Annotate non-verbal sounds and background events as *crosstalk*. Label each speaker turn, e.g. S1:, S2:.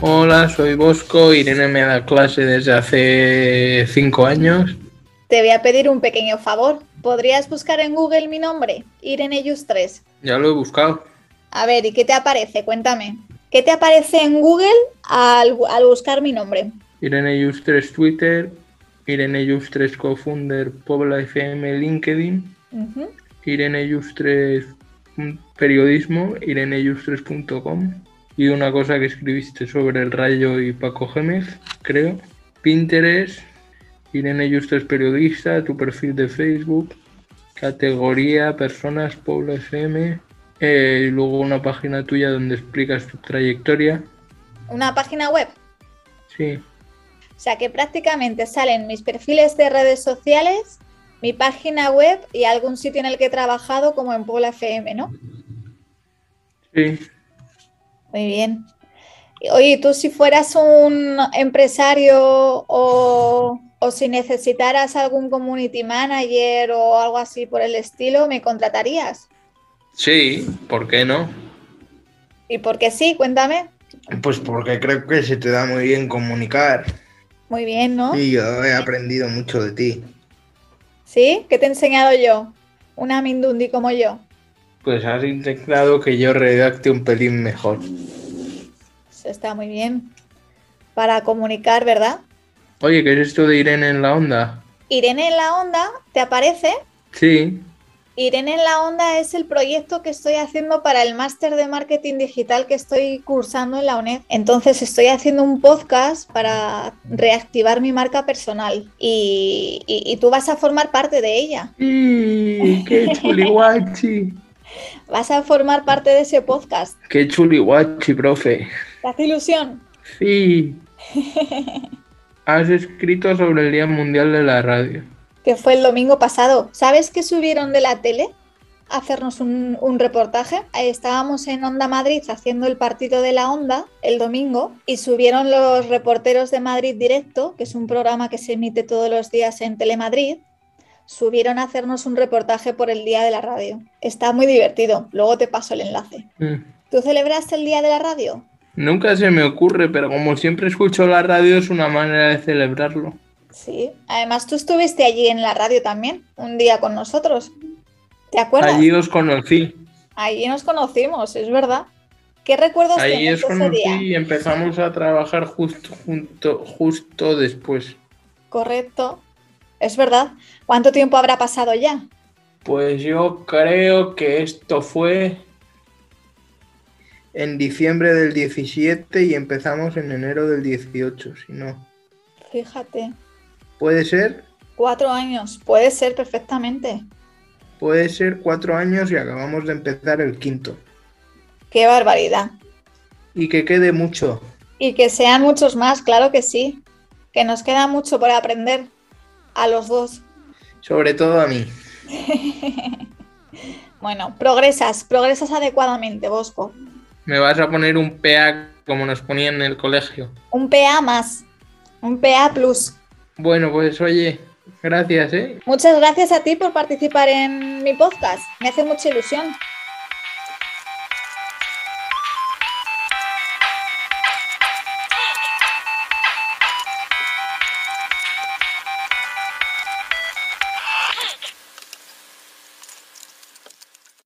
S1: Hola, soy Bosco. Irene me da clase desde hace cinco años.
S2: Te voy a pedir un pequeño favor. ¿Podrías buscar en Google mi nombre? Irene Just 3.
S1: Ya lo he buscado.
S2: A ver, ¿y qué te aparece? Cuéntame. ¿Qué te aparece en Google al, al buscar mi nombre?
S1: Irene Just 3 Twitter, Irene Just 3 Cofounder Pobla FM LinkedIn,
S2: Ujú.
S1: Irene Just 3 Periodismo, irenejustres.com y una cosa que escribiste sobre el Rayo y Paco Gémez, creo. Pinterest, Irene Justres Periodista, tu perfil de Facebook, categoría, personas, Puebla FM, eh, y luego una página tuya donde explicas tu trayectoria.
S2: Una página web.
S1: Sí,
S2: O sea que prácticamente salen mis perfiles de redes sociales, mi página web y algún sitio en el que he trabajado como en Puebla FM, ¿no?
S1: sí.
S2: Muy bien. Oye, tú si fueras un empresario o, o si necesitaras algún community manager o algo así por el estilo, ¿me contratarías?
S1: Sí, ¿por qué no?
S2: ¿Y por qué sí? Cuéntame.
S3: Pues porque creo que se te da muy bien comunicar
S2: Muy bien, ¿no?
S3: y yo he aprendido mucho de ti.
S2: ¿Sí? ¿Qué te he enseñado yo? Una mindundi como yo.
S1: Pues has intentado que yo redacte un pelín mejor.
S2: Eso Pues está muy bien. Para comunicar, ¿verdad?
S1: Oye, ¿qué es esto de Irene en la onda?
S2: Irene en la onda, ¿te aparece?
S1: Sí,
S2: Irene en la Onda es el proyecto que estoy haciendo para el máster de marketing digital que estoy cursando en la UNED. Entonces estoy haciendo un podcast para reactivar mi marca personal y, y- y tú vas a formar parte de ella.
S1: ¡Y qué chuliguachi!
S2: Vas a formar parte de ese podcast.
S1: ¡Qué chuliguachi, profe!
S2: ¿Te hace ilusión? *laughs*
S1: Sí. Has escrito sobre el Día Mundial de la Radio.
S2: Que fue el domingo pasado. ¿Sabes que subieron de la tele? a hacernos un, un reportaje. Ahí Estábamos en Onda Madrid haciendo el partido de la Onda el domingo y subieron los reporteros de Madrid Directo, que es un programa que se emite todos los días en Telemadrid, subieron a hacernos un reportaje por el Día de la Radio. Está muy divertido, luego te paso el enlace.
S1: Mm.
S2: ¿Tú celebraste el Día de la Radio?
S1: Nunca se me ocurre, pero como siempre escucho la radio es una manera de celebrarlo.
S2: Sí. Además, tú estuviste allí en la radio también, un día con nosotros. ¿Te acuerdas?
S1: Allí os conocí.
S2: Allí nos conocimos, es verdad. ¿Qué recuerdos
S1: Allí
S2: tienes
S1: os
S2: de ese
S1: conocí
S2: día?
S1: y empezamos a trabajar justo, junto, justo después.
S2: Correcto. Es verdad. ¿Cuánto tiempo habrá pasado ya?
S1: Pues yo creo que esto fue
S3: En diciembre del 17 y empezamos en enero del 18, si no.
S2: Fíjate.
S3: Puede ser,
S2: Cuatro años. Puede ser perfectamente.
S3: puede ser cuatro años y acabamos de empezar el quinto.
S2: Qué barbaridad.
S3: Y que quede mucho.
S2: Y que sean muchos más, claro que sí. Que nos queda mucho por aprender a los dos.
S3: Sobre todo a mí.
S2: Bueno, progresas, progresas adecuadamente, Bosco.
S1: me vas a poner un PA como nos ponían en el colegio.
S2: Un PA más. Un PA plus.
S1: Bueno, pues oye, gracias, ¿eh?
S2: Muchas gracias a ti por participar en mi podcast. Me hace mucha ilusión.